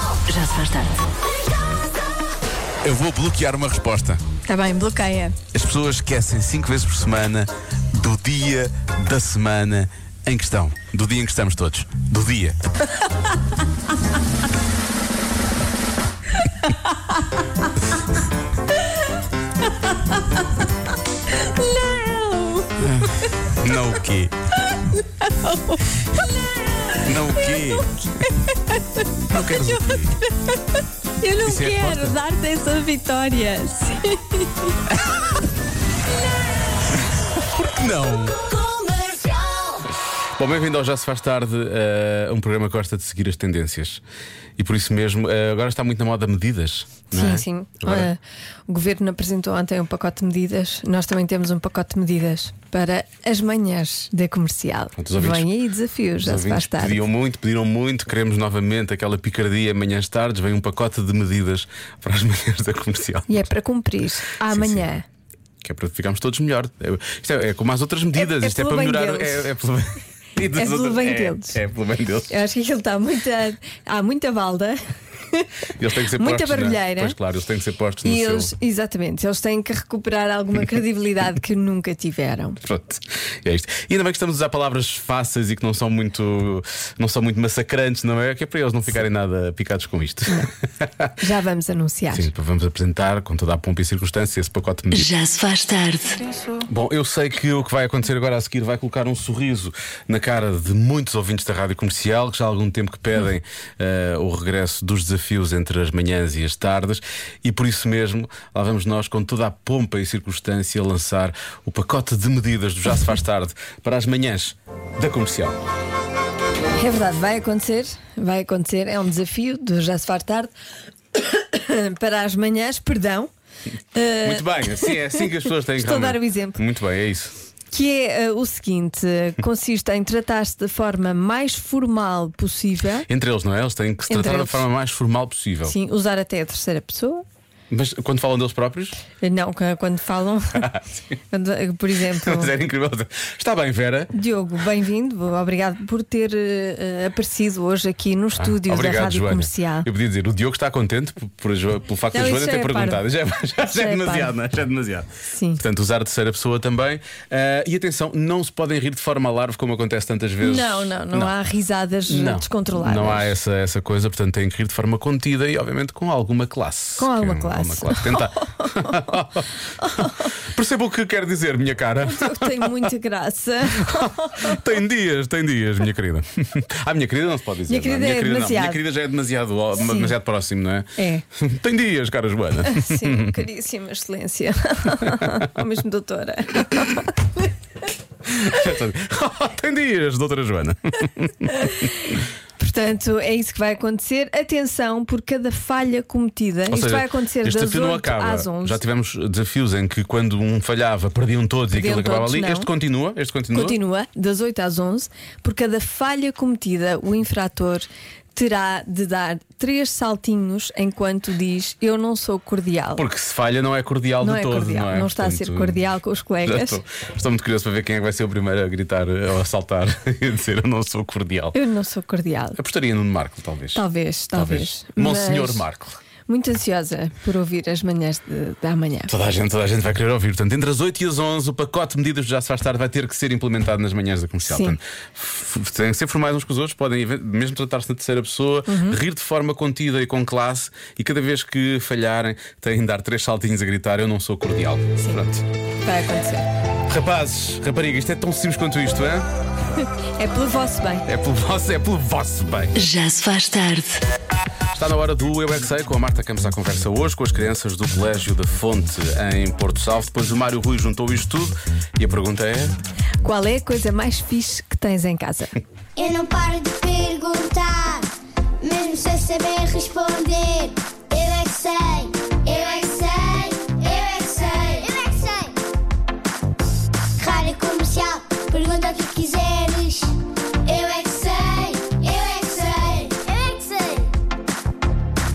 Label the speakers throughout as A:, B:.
A: Já se faz tarde.
B: Eu vou bloquear uma resposta.
A: Está Tá bem, bloqueia.
B: As pessoas esquecem cinco vezes por semana do dia da semana em questão. Do dia em que estamos todos. Do dia.
A: Não!
B: Não o quê? Não o quê? Não queres o quê?
A: Eu não
B: Isso é a
A: quero
B: resposta?
A: dar-te essa vitória. Sim.
B: Não.
C: Bom, bem-vindo ao Já Se Faz Tarde, eh, um programa que gosta de seguir as tendências. E por isso mesmo, eh, agora está muito na moda medidas. não
D: Sim,
C: é?
D: sim.
C: Agora,
D: Ah, o governo apresentou ontem um pacote de medidas. Nós também temos um pacote de medidas para as manhãs da comercial.
C: Pronto, os ouvintes-
D: Vem aí desafios, já
C: os
D: se faz
C: ouvintes
D: tarde.
C: pediam muito, pediram muito, queremos novamente aquela picardia manhãs tardes, vem um pacote de medidas para as manhãs da comercial.
D: E é para cumprir amanhã.
C: Que é para ficarmos todos melhor. É, isto é, é como as outras medidas,
D: É- é
C: isto é
D: pelo
C: para
D: bem
C: melhorar.
D: deles.
C: É, é pelo bem, e das
D: É pelo
C: outras-
D: bem
C: é,
D: deles.
C: É, pelo bem deles.
D: Eu acho que aquilo está muita. Há muita balda.
C: Eles têm que ser
D: Muita
C: postos, não é?
D: barulheira.
C: Pois claro, eles têm que ser postos no
D: E
C: seu.
D: eles, exatamente, eles têm que recuperar alguma credibilidade que nunca tiveram.
C: Pronto, é isto. E ainda bem que estamos a usar palavras fáceis e que não são muito, não são muito massacrantes, não é? Que é para eles não ficarem nada picados com isto.
D: Já vamos anunciar.
C: Sim, vamos apresentar com toda a pompa e circunstância esse pacote de medidas.
A: Já se faz tarde.
C: Bom, eu sei que o que vai acontecer agora a seguir vai colocar um sorriso na cara de muitos ouvintes da rádio comercial que já há algum tempo que pedem eh, o regresso dos desafios entre as manhãs e as tardes e por isso mesmo lá vamos nós com toda a pompa e circunstância lançar o pacote de medidas do Já se faz tarde para as manhãs da comercial.
D: É verdade, vai acontecer, vai acontecer, é um desafio do Já se faz tarde para as manhãs, perdão. eh,
C: Muito bem, assim é assim que as pessoas têm que
D: Estou a
C: realmente-
D: dar o exemplo.
C: Muito bem, é isso.
D: Que é eh, o seguinte: eh, consiste em tratar-se da forma mais formal possível.
C: Entre eles, não é? Eles têm que se
D: Entre
C: tratar da
D: eles.
C: forma mais formal possível.
D: Sim, usar até a terceira pessoa.
C: Mas quando falam deles próprios,
D: Eh, Não, qu- quando falam. Quando, eh, Por exemplo,
C: Ah, mas é- era incrível. Está bem, Vera.
D: Diogo, bem-vindo, obrigado por ter eh, aparecido hoje aqui no estúdio da
C: Ah, Obrigado,
D: Rádio
C: Joana.
D: Comercial.
C: Eu podia dizer, o Diogo está contente por, por a Jo- pelo facto
D: Não,
C: da
D: isso
C: Joana
D: já
C: ter
D: é
C: perguntado.
D: parvo.
C: Já, já- já
D: Isso já
C: é
D: é
C: demasiado,
D: parvo.
C: não é? já é demasiado.
D: Sim.
C: Portanto, usar a terceira pessoa também. Ah, e atenção, não se podem rir de forma larva, como acontece tantas vezes.
D: Não, não, não, há risadas eh,
C: Não.
D: descontroladas.
C: Não há essa, essa coisa, portanto têm que rir de forma contida e, obviamente, com alguma classe.
D: Com alguma
C: Que-
D: classe.
C: Tenta. Percebo o que quer dizer, minha cara.
D: Eu tenho muita graça.
C: tem dias, tem dias, minha querida. ah, minha querida não se pode dizer.
D: Minha
C: não é?
D: querida é
C: não.
D: demasiado.
C: Minha querida já é demasiado, ó,
D: Sim.
C: demasiado próximo, não é?
D: É.
C: tem dias, cara Joana.
D: Sim, caríssima excelência. Ou mesmo doutora.
C: tem dias, doutora Joana.
D: Portanto, é isso que vai acontecer. Atenção por cada falha cometida.
C: Ou
D: Isto
C: seja,
D: vai acontecer
C: este
D: das
C: desafio não
D: 8
C: acaba.
D: às 11.
C: Já tivemos desafios em que quando um falhava, perdiam todos
D: Perdiam
C: e aquilo acabava
D: todos,
C: ali.
D: não.
C: Este continua, este continua.
D: Continua, das 8 às 11. Por cada falha cometida, o infrator terá de dar três saltinhos enquanto diz eu não sou cordial.
C: Porque se falha não é cordial
D: não
C: de
D: é
C: todo,
D: cordial,
C: não é?
D: está a ser
C: Portanto,
D: cordial é com os
C: já
D: colegas.
C: estou, estou muito curioso para ver quem é que vai ser o primeiro a gritar eh, ou a saltar e a dizer eu não sou cordial.
D: Eu não sou cordial.
C: Apostaria no Marco, talvez.
D: Talvez, talvez.
C: Monsenhor
D: Mas
C: Marco.
D: Muito ansiosa por ouvir as manhãs de- da manhã.
C: Toda a, gente, toda a gente vai querer ouvir. Portanto, entre as 8 e as 11, o pacote de medidas do já se faz tarde vai ter que ser implementado nas manhãs da comercial.
D: Sim.
C: Portanto, f- têm que ser formais uns com os outros, podem even- mesmo tratar-se na terceira pessoa, rir de forma contida e com classe, e cada vez que falharem, têm de dar três saltinhos a gritar: Eu não sou cordial. Pronto.
D: Vai acontecer.
C: Rapazes, rapariga, isto é tão simples quanto isto, é?
D: É pelo vosso bem.
C: É pelo vosso, é pelo vosso bem.
A: Já se faz tarde.
C: Está na hora do Eu é Que Sei, com a Marta Campos à conversa hoje com as crianças do Colégio da Fonte em Porto Salvo. Depois o Mário Rui juntou isto tudo e a pergunta é:
D: Qual é a coisa mais fixe que tens em casa?
E: Eu não paro de perguntar, mesmo sem saber responder. Eu é que sei, eu é que sei, eu é que sei, eu é que sei. Rádio comercial, pergunta o que quiseres. Eu é que sei, eu é que sei, eu é que sei.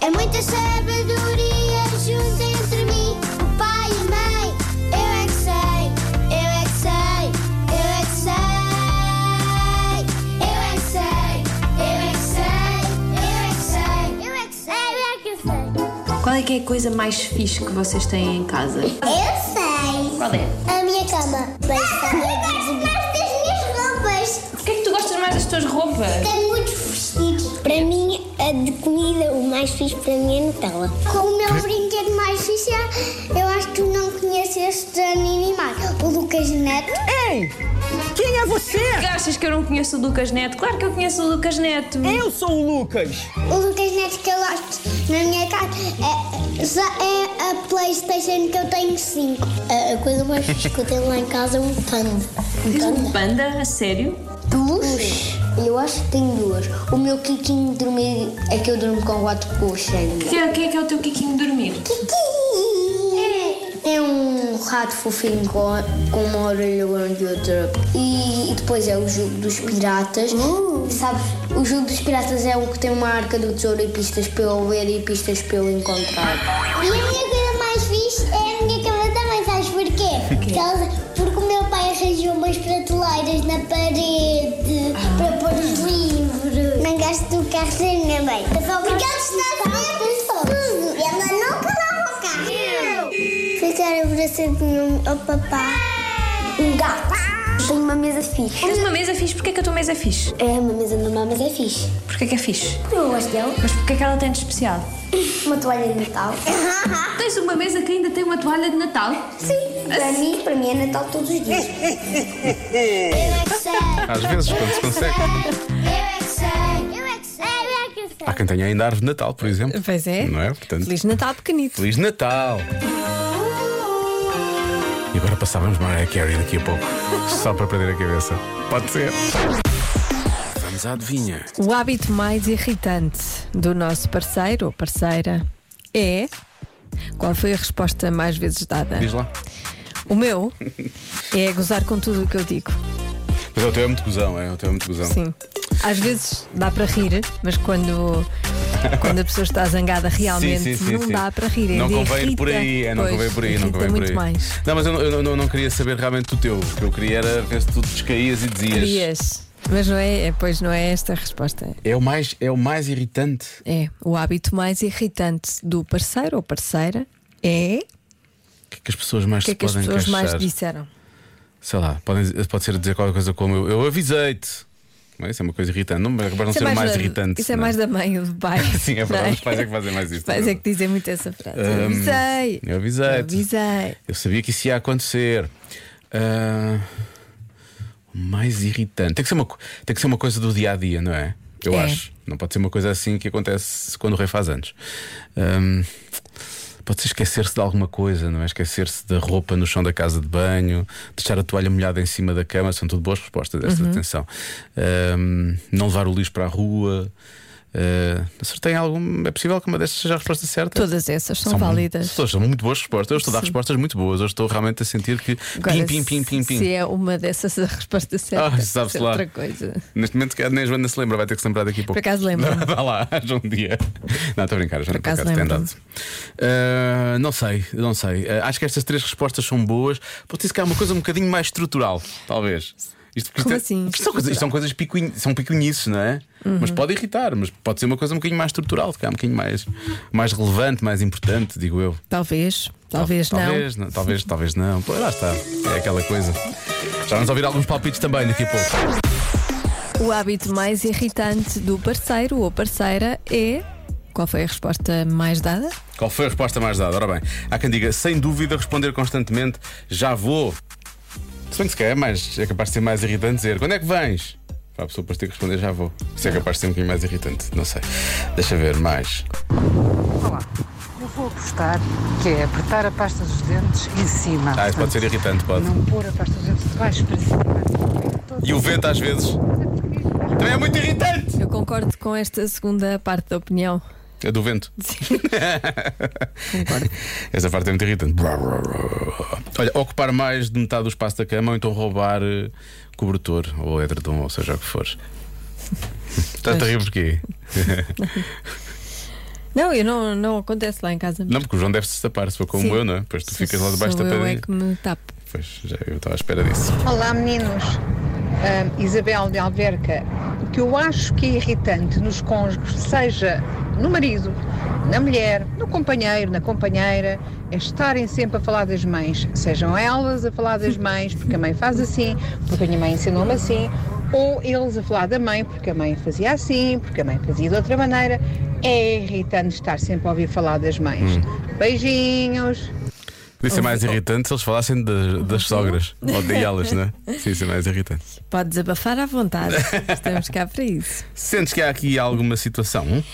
E: É muita sabedoria junto entre mim, o pai e a mãe. Eu é que sei, eu é que sei, eu é que sei. Eu é que sei, eu é que sei, eu é que sei, eu é que sei.
F: Qual é que é a coisa mais fixe que vocês têm em casa?
E: Eu sei.
F: Qual é?
E: A minha cama. Bem, eu gosto mais das minhas roupas.
F: Porquê é que tu gostas mais das tuas roupas?
E: Tem muitos vestidos. É Para mim, a de comida, o mais fixe para mim é Nutella. Com o meu brinquedo mais fixe, é, eu acho que tu não conheces este animais. O Lucas Neto.
G: Ei! Quem é você?
F: Achas que eu não conheço o Lucas Neto? Claro que eu conheço o Lucas Neto.
G: Eu sou o Lucas.
E: O Lucas Neto que eu gosto na minha casa é, é- já é a Playstation que eu tenho 5. A, coisa mais fixe que eu tenho lá em casa é um panda.
F: Tens um panda? A sério?
E: Duas? Eu acho que tenho duas. O meu Kikinho de dormir é que eu durmo com quatro puxas ainda.
F: Quem é, quem é que é o teu Kikinho de dormir?
E: É um rato fofinho com, com uma orelha grande e outra. E, e depois é o jogo dos piratas. Sabes, o jogo dos piratas é o que tem uma arca do tesouro e pistas para eu ver e pistas para eu encontrar. E a minha coisa mais fixe é a minha cama também, sabes porquê? Porque, ela- porque o meu pai arranjou umas prateleiras na parede para pôr os livros. Ah. Não gosto do carro da minha mãe. Porque ele está a tudo. E ela não parava o carro. Ficar abraçado do ao papá. Um gato. Tenho uma mesa fixe.
F: Tens uma mesa fixe? Porquê é que a tua mesa é fixe?
E: É uma mesa normal, mas é fixe.
F: Porquê é que é fixe?
E: Porque eu gosto dela.
F: Mas porquê é que ela tem de especial?
E: Uma toalha de Natal.
F: Tens uma mesa que ainda tem uma toalha de Natal?
E: Sim. Para mim, para mim é Natal todos os dias. Eu é que sei.
C: Às vezes, quando se consegue.
E: Eu é que sei. Eu é que sei. Eu é que sei.
C: Há quem tenha ainda árvore de Natal, por exemplo.
D: Pois é.
C: Não é? Portanto,
D: Feliz Natal pequenito.
C: Feliz Natal! E agora passávamos Mariah Carey daqui a pouco, só para perder a cabeça. Pode ser. Vamos à adivinha.
D: O hábito mais irritante do nosso parceiro ou parceira é. Qual foi a resposta mais vezes dada?
C: Diz lá.
D: O meu é gozar com tudo o que eu digo.
C: Mas o teu é muito gozão, é? O teu é muito gozão.
D: Sim. Às vezes dá para rir, mas quando, quando a pessoa está zangada realmente
C: Sim, sim, sim,
D: não
C: sim.
D: dá para rir.
C: Não
D: Ele
C: convém ir
D: irrita,
C: por aí, é, não
D: pois,
C: convém por aí, não
D: irrita
C: convém por
D: muito
C: aí.
D: mais.
C: Não, mas eu, não- eu não, não queria saber realmente o teu. O que eu queria era ver se tu descaías e dizias.
D: Dias. Mas não é, é, pois não é esta a resposta.
C: É o mais, é o mais irritante.
D: É o hábito mais irritante do parceiro ou parceira é
C: O que é que as pessoas mais
D: o que é
C: se
D: que as
C: podem
D: pessoas mais
C: queixar?
D: disseram.
C: Sei lá, podem, pode ser dizer qualquer coisa como eu, eu avisei-te. Não é? Isso é uma coisa irritante. Não, acaba não ser o mais
D: da-
C: irritante.
D: Isso é
C: não
D: mais da mãe ou do pai.
C: Sim, é verdade.
D: não
C: Os pais é que fazem mais isso.
D: Os pais é que dizem muito essa frase.
C: Hum,
D: avisei.
C: eu avisei-te.
D: avisei.
C: Eu sabia que isso ia acontecer. Ah, o mais irritante. Tem que, ser uma, co- tem que ser uma coisa do dia a dia, não é? Eu
D: É.
C: acho. Não pode ser uma coisa assim que acontece quando o rei faz anos. pode ser esquecer-se de alguma coisa, não é? Esquecer-se da roupa no chão da casa de banho, deixar a toalha molhada em cima da cama. São tudo boas respostas, esta atenção. Ahm, não levar o lixo para a rua. Ah, acertei algum. É possível que uma destas seja a resposta certa?
D: Todas essas são,
C: mu-
D: válidas.
C: São, são muito boas respostas. Eu estou a dar respostas muito boas. Eu estou realmente a sentir que.
D: Agora,
C: pim, pim, pim, pim,
D: Se
C: pim.
D: é uma dessas a resposta certa,
C: Ah, sabe-se
D: é
C: lá.
D: outra coisa.
C: Neste momento, se calhar, nem a Joana se lembra, vai ter que se lembrar daqui a pouco.
D: Por acaso lembro-me.
C: Vá lá, haja um dia. Não, estou a brincar, a Joana, por
D: acaso
C: acaso, tem
D: lembro-me.
C: dado. Ah, não sei, não sei. Ah, acho que estas três respostas são boas. Pode ser que há uma coisa um bocadinho mais estrutural, talvez. Isto, porque
D: Como
C: isto é-
D: assim, Uhum.
C: Isto são coisas, isto são coisas picuin- são picuinhices, não é? Mas pode irritar, mas pode ser uma coisa um bocadinho mais estrutural, se calhar um bocadinho mais, mais relevante, mais importante, digo eu.
D: Talvez, talvez não.
C: Talvez, não. Talvez, talvez não. Pô, lá está. É aquela coisa. Já vamos ouvir alguns palpites também daqui a pouco.
D: O hábito mais irritante do parceiro ou parceira é. Qual foi a resposta mais dada?
C: Qual foi a resposta mais dada? Ora bem, há quem diga, sem dúvida, responder constantemente, já vou. Se bem que se calhar é, mais, é capaz de ser mais irritante dizer, quando é que vens? Para a pessoa depois ter que responder, já vou. Isso é capaz de ser um bocadinho mais irritante, não sei. Deixa ver, mais.
H: Eu vou apostar que é apertar a pasta dos dentes em cima.
C: Ah, isso pode ser
H: Portanto,
C: irritante, pode.
H: Não pôr a pasta dos dentes de baixo para cima.
C: E o vento às vezes. Também é muito irritante!
D: Eu concordo com esta segunda parte da opinião.
C: É do vento.
D: Sim.
C: Essa parte é muito irritante. Brá, brá, brá. Olha, ocupar mais de metade do espaço da cama ou então roubar eh, cobertor ou edredom, ou seja o que for. Estás a rir porquê?
D: Não, eu não, não acontece lá em casa.
C: Não, porque o João deve-se tapar, se for como
D: Sim.
C: eu, não é? Pois tu ficas lá debaixo
D: Sou
C: da
D: eu
C: pedra.
D: é que me tapo.
C: Pois, já eu estava à espera disso.
H: Olá, meninos. Ahm, Isabel de Alverca. O que eu acho que é irritante nos cônjuges, seja no marido, na mulher, no companheiro, na companheira, é estarem sempre a falar das mães, sejam elas a falar das mães, porque a mãe faz assim, porque a minha mãe ensinou-me assim, ou eles a falar da mãe, porque a mãe fazia assim, porque a mãe fazia de outra maneira. É irritante estar sempre a ouvir falar das mães. Beijinhos!
C: Podia ser mais irritante se eles falassem de- das sogras ou de elas, não é? Sim, isso é mais irritante.
D: Pode desabafar à vontade. Estamos cá para isso.
C: Sentes que há aqui alguma situação?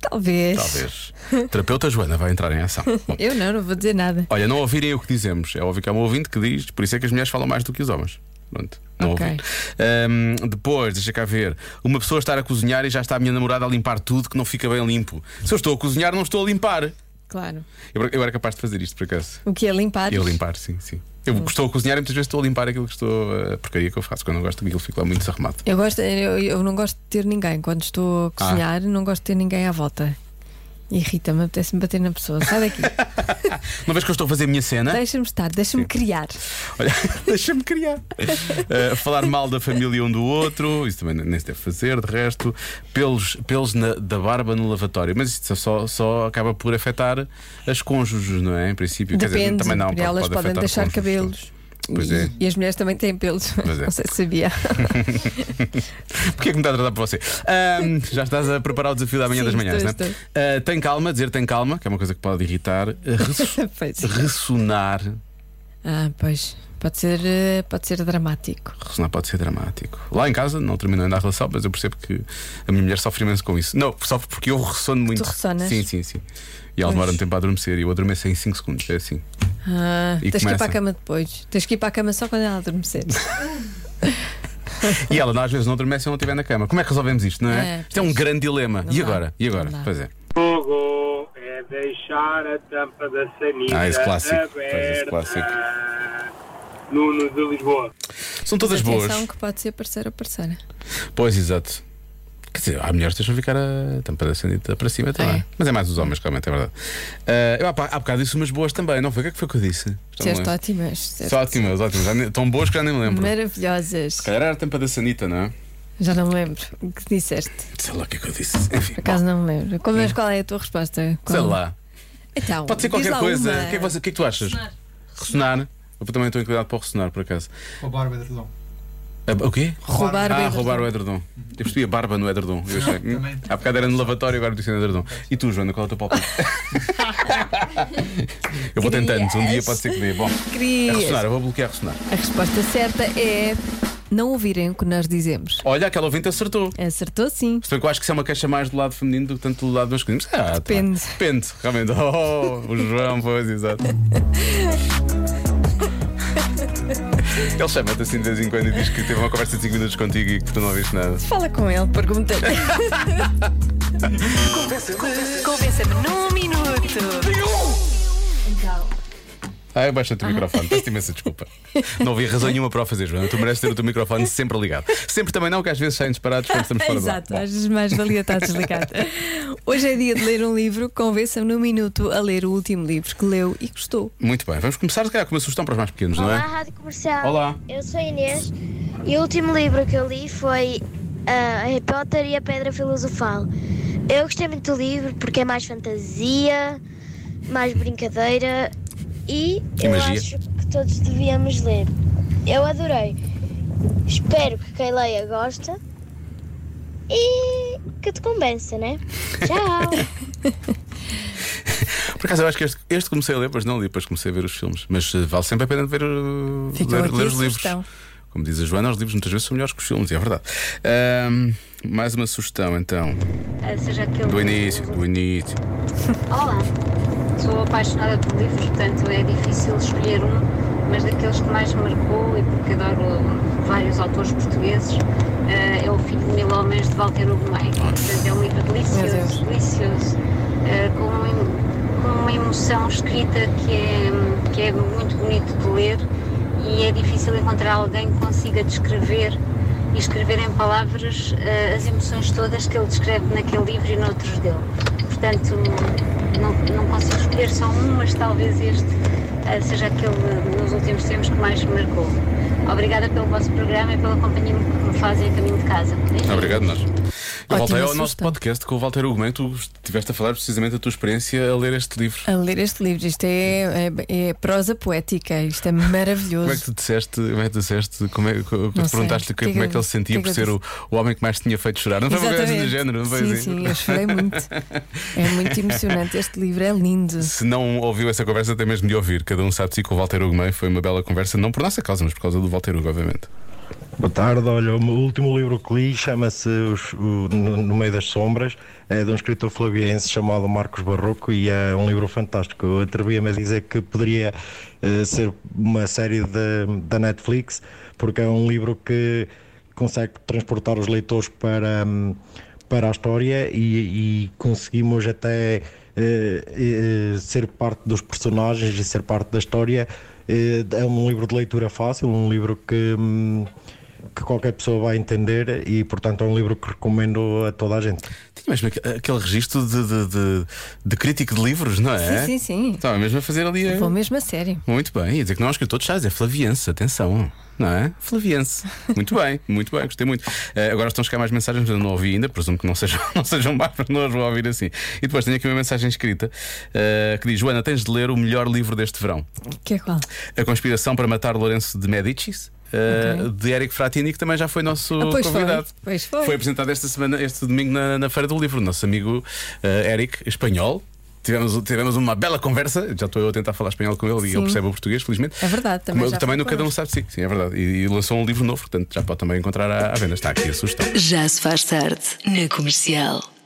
D: Talvez.
C: Talvez. Terapeuta Joana vai entrar em ação. Bom,
D: Eu não, não vou dizer nada.
C: olha, não ouvirem o que dizemos. É óbvio que há um ouvinte que diz, por isso é que as mulheres falam mais do que os homens. Pronto. Não
D: Ok.
C: ouvi. Ahm, depois, deixa cá ver. Uma pessoa estar a cozinhar e já está a minha namorada a limpar tudo que não fica bem limpo. Se eu estou a cozinhar, não estou a limpar.
D: Claro.
C: Eu, eu era capaz de fazer isto, por acaso.
D: O que é limpar?
C: Eu limpar, sim, sim. Eu estou a cozinhar e muitas vezes estou a limpar aquilo que estou. a porcaria que eu faço. Quando eu gosto daquilo, fico lá muito desarrumado.
D: Eu, gosto, eu, eu não gosto de ter ninguém. Quando
C: Ah.
D: estou a cozinhar, não gosto de ter ninguém à volta. Irrita-me, apetece-me bater na pessoa. Sai daqui.
C: Uma vez que eu estou a fazer a minha cena.
D: deixa-me estar, deixa-me criar.
C: Olha, deixa-me criar. Uh, falar mal da família um do outro, isso também nem se deve fazer, de resto. Pelos, pelos na- da barba no lavatório. Mas isto só, só acaba por afetar as cônjuges, não é? Em princípio, Quer dizer,
D: Depende,
C: também não,
D: porque
C: pode-
D: elas
C: pode
D: podem
C: afetar
D: deixar
C: cônjuges.
D: cabelos.
C: Pois
D: E-
C: é.
D: E as mulheres também têm pelos.
C: Pois é.
D: Não sei se sabia.
C: Porquê é que me está a tratar por você? Ahm, já estás a preparar o desafio da manhã
D: Sim,
C: das manhãs,
D: estou,
C: não é? Ah, tem calma, dizer tem calma, que é uma coisa que pode irritar. Ah, resso-
D: pois.
C: ressonar.
D: Ah, pois. Pode ser, eh, pode ser dramático.
C: Ressonar pode ser dramático. Lá em casa, não terminou ainda a relação, mas eu percebo que a minha mulher sofre imenso com isso. Não, sofre porque eu ressono muito.
D: ressonas?
C: Sim, sim, sim. E ela demora um tempo a adormecer e eu adormeço em 5 segundos. É assim.
D: Ah,
C: E
D: tens que ir para
C: começa.
D: a cama depois. Tens que ir para a cama só quando ela adormecer.
C: E ela às vezes não adormece se eu não estiver na cama. Como é que resolvemos isto, não é?
D: É,
C: isto é um grande dilema.
D: Não
C: E
D: dá.
C: agora? E agora?
D: Não dá.
C: Pois é.
I: Fogo é deixar a tampa da sanita
C: Ah, esse clássico. Pois, esse
I: aberta.
C: clássico.
I: Nuno de Lisboa.
C: São todas
D: Atenção
C: boas.
D: que pode ser parceiro ou parceira.
C: Pois, exato. Quer dizer, há mulheres que deixam ficar a tampa da sanita para cima também.
D: É.
C: Mas é mais os homens, realmente, é verdade. Ah, eu há, pá- há bocado disse umas boas também, não foi? O que é que foi que eu disse? Já não me
D: Disseste
C: lembro.
D: ótimas.
C: São
D: disseste
C: ótimas, ótimas. Já nem- Tão boas que já nem me lembro.
D: Maravilhosas.
C: Se calhar era a tampa da sanita, não é?
D: Já não me lembro o que disseste.
C: Sei lá o que é que eu disse. Enfim.
D: Por acaso não me lembro. Como, mas qual é a tua resposta?
C: Hum. Sei
D: Qual?
C: lá.
D: Então,
C: Pode ser
D: diz
C: qualquer
D: lá
C: coisa.
D: uma.
C: O que, é que, você- o que é que tu achas? Ressonar. Eu também estou inclinado para o ressonar, por acaso. Roubar o edredom. O quê?
D: Roubar o
C: ah,
D: edredom.
C: roubar o edredom. Eu percebi a barba no edredom. Eu achei. Hum, Há bocado era no lavatório, agora disse no edredom. E tu, Joana, qual é o teu palpite? eu vou tentando, um dia pode ser que dê. Bom, é
D: Querias.
C: ressonar, eu vou bloquear ressonar.
D: A resposta certa é não ouvirem o que nós dizemos.
C: Olha, aquela ouvinte acertou.
D: Acertou sim.
C: Se bem que eu acho que isso é uma queixa mais do lado feminino do que tanto do lado masculino. Mas, ah, tá.
D: Depende.
C: Depende, realmente. Oh, o João, pois, exato. Ele chama-te assim de vez em quando e diz que teve uma conversa de 5 minutos contigo e que tu não ouviste nada.
D: Fala com ele, pergunta-lhe. Convença-me num minuto.
C: Ah, baixa-te o microfone, peço imensa desculpa. Não havia razão nenhuma para o fazer, Joana. Tu mereces ter o teu microfone sempre ligado. Sempre também não, que às vezes saem disparados quando estamos fora do ar.
D: Exato,
C: Bom,
D: às vezes mais valia estar desligado. Hoje é dia de ler um livro. Convença-me num minuto a ler o último livro que leu e gostou.
C: Muito bem, vamos começar se calhar com uma sugestão para os mais pequenos, não
E: Olá,
C: é?
E: Rádio Comercial.
C: Olá.
E: Eu sou a Inês e o último livro que eu li foi ah, Harry Potter e a Pedra Filosofal. Eu gostei muito do livro porque é mais fantasia, mais brincadeira e,
C: E
E: eu
C: magia.
E: acho que todos devíamos ler. Eu adorei. Espero que quem leia gosta e que te convença, né? Tchau!
C: Por acaso eu acho que este, este comecei a ler, mas não li, depois comecei a ver os filmes. Mas eh, vale sempre a pena ver, uh,
D: Ficam
C: ler,
D: aqui
C: ler
D: a
C: os livros.
D: sugestão.
C: Como diz a Joana, os livros muitas vezes são melhores que os filmes, e é verdade. Ahm, mais uma sugestão então.
J: Ah, Seja aquele
C: Do início, do início.
J: Olá, sou apaixonada por livros, portanto é difícil escolher um, mas daqueles que mais me marcou e porque adoro vários autores portugueses eh, é O Filho de Mil Homens de Walter Ugumai. Portanto, é um livro delicioso, delicioso, eh, com, uma em- com uma emoção escrita que é, que é muito bonito de ler e é difícil encontrar alguém que consiga descrever e escrever em palavras eh, as emoções todas que ele descreve naquele livro e noutros dele portanto não, não consigo escolher só um, mas talvez este ah, seja aquele nos últimos tempos que mais me marcou. Obrigada pelo vosso programa e pela companhia que me fazem a caminho de casa. Beijinhos.
C: Obrigado, nós. Eu voltei
D: Ótima
C: ao nosso
D: sugestão.
C: podcast com o Walter Hugo, em que tu estiveste a falar precisamente da tua experiência a ler este livro.
D: A ler este livro, isto é, é- é prosa poética, isto é
C: Como é que
D: maravilhoso.
C: tu disseste? Como é que tu disseste? Como é, co-
D: Não
C: tu
D: sei.
C: perguntaste-lhe que-
D: Que
C: como é que
D: que eu
C: ele se sentia
D: disse?
C: por ser o, o homem que mais tinha feito chorar. Não foi uma coisa do
D: Exatamente.
C: género, não foi
D: Sim,
C: assim?
D: sim, eu chorei muito. É muito emocionante. Este livro é lindo.
C: Se não ouviu essa conversa, até mesmo de ouvir. Cada um sabe de si que o Walter Hugo Meio foi uma bela conversa, não por nossa causa, mas por causa do Walter Hugo, obviamente.
K: Boa tarde, olha, o meu último livro que li chama-se Os- o- no, No Meio das Sombras, é de um escritor flaviense chamado Marcos Barroco e é um livro fantástico. Eu atrevia-me a dizer que poderia eh, ser uma série da- da Netflix, porque é um livro que consegue transportar os leitores para, hum, para a história e, e conseguimos até eh, eh, ser parte dos personagens e ser parte da história. Eh, é um livro de leitura fácil, um livro que, hum, que qualquer pessoa vai entender e, portanto, é um livro que recomendo a toda a gente.
C: Tinha mesmo aque- aquele registro de, de, de- de crítico de livros, não é?
D: Sim, sim, sim.
C: Estava mesmo a fazer ali. a-
D: Vou mesmo a sério.
C: Muito bem, e dizer que não é um escritor de chás, é flaviense, atenção, não é? Flaviense. Muito bem, muito bem, gostei muito. Eh, agora estão a chegar mais mensagens, mas eu não ouvi ainda, presumo que não sejam, não sejam mais, mas não as vou ouvir assim. E depois tenho aqui uma mensagem escrita eh, que diz: Joana, tens de ler o melhor livro deste verão:
D: Que é qual?
C: A Conspiração para Matar Lourenço de Medicis. eh,
D: Ok.
C: De Eric Fratini, que também já foi nosso
D: Ah, pois foi,
C: convidado.
D: pois foi.
C: apresentado esta semana, este domingo, na, na Feira do Livro, nosso amigo eh, Eric, espanhol. Tivemos, tivemos uma bela conversa. Já estou eu a tentar falar espanhol com ele e
D: Sim.
C: ele percebe o português, felizmente.
D: É verdade, também
C: Como-
D: já
C: também
D: foi
C: no Cada Um Sabe de Si, sim, é verdade. E, e lançou um livro novo, portanto já pode também encontrar à, à venda. Está aqui a sugestão.
A: Já se faz tarde na comercial.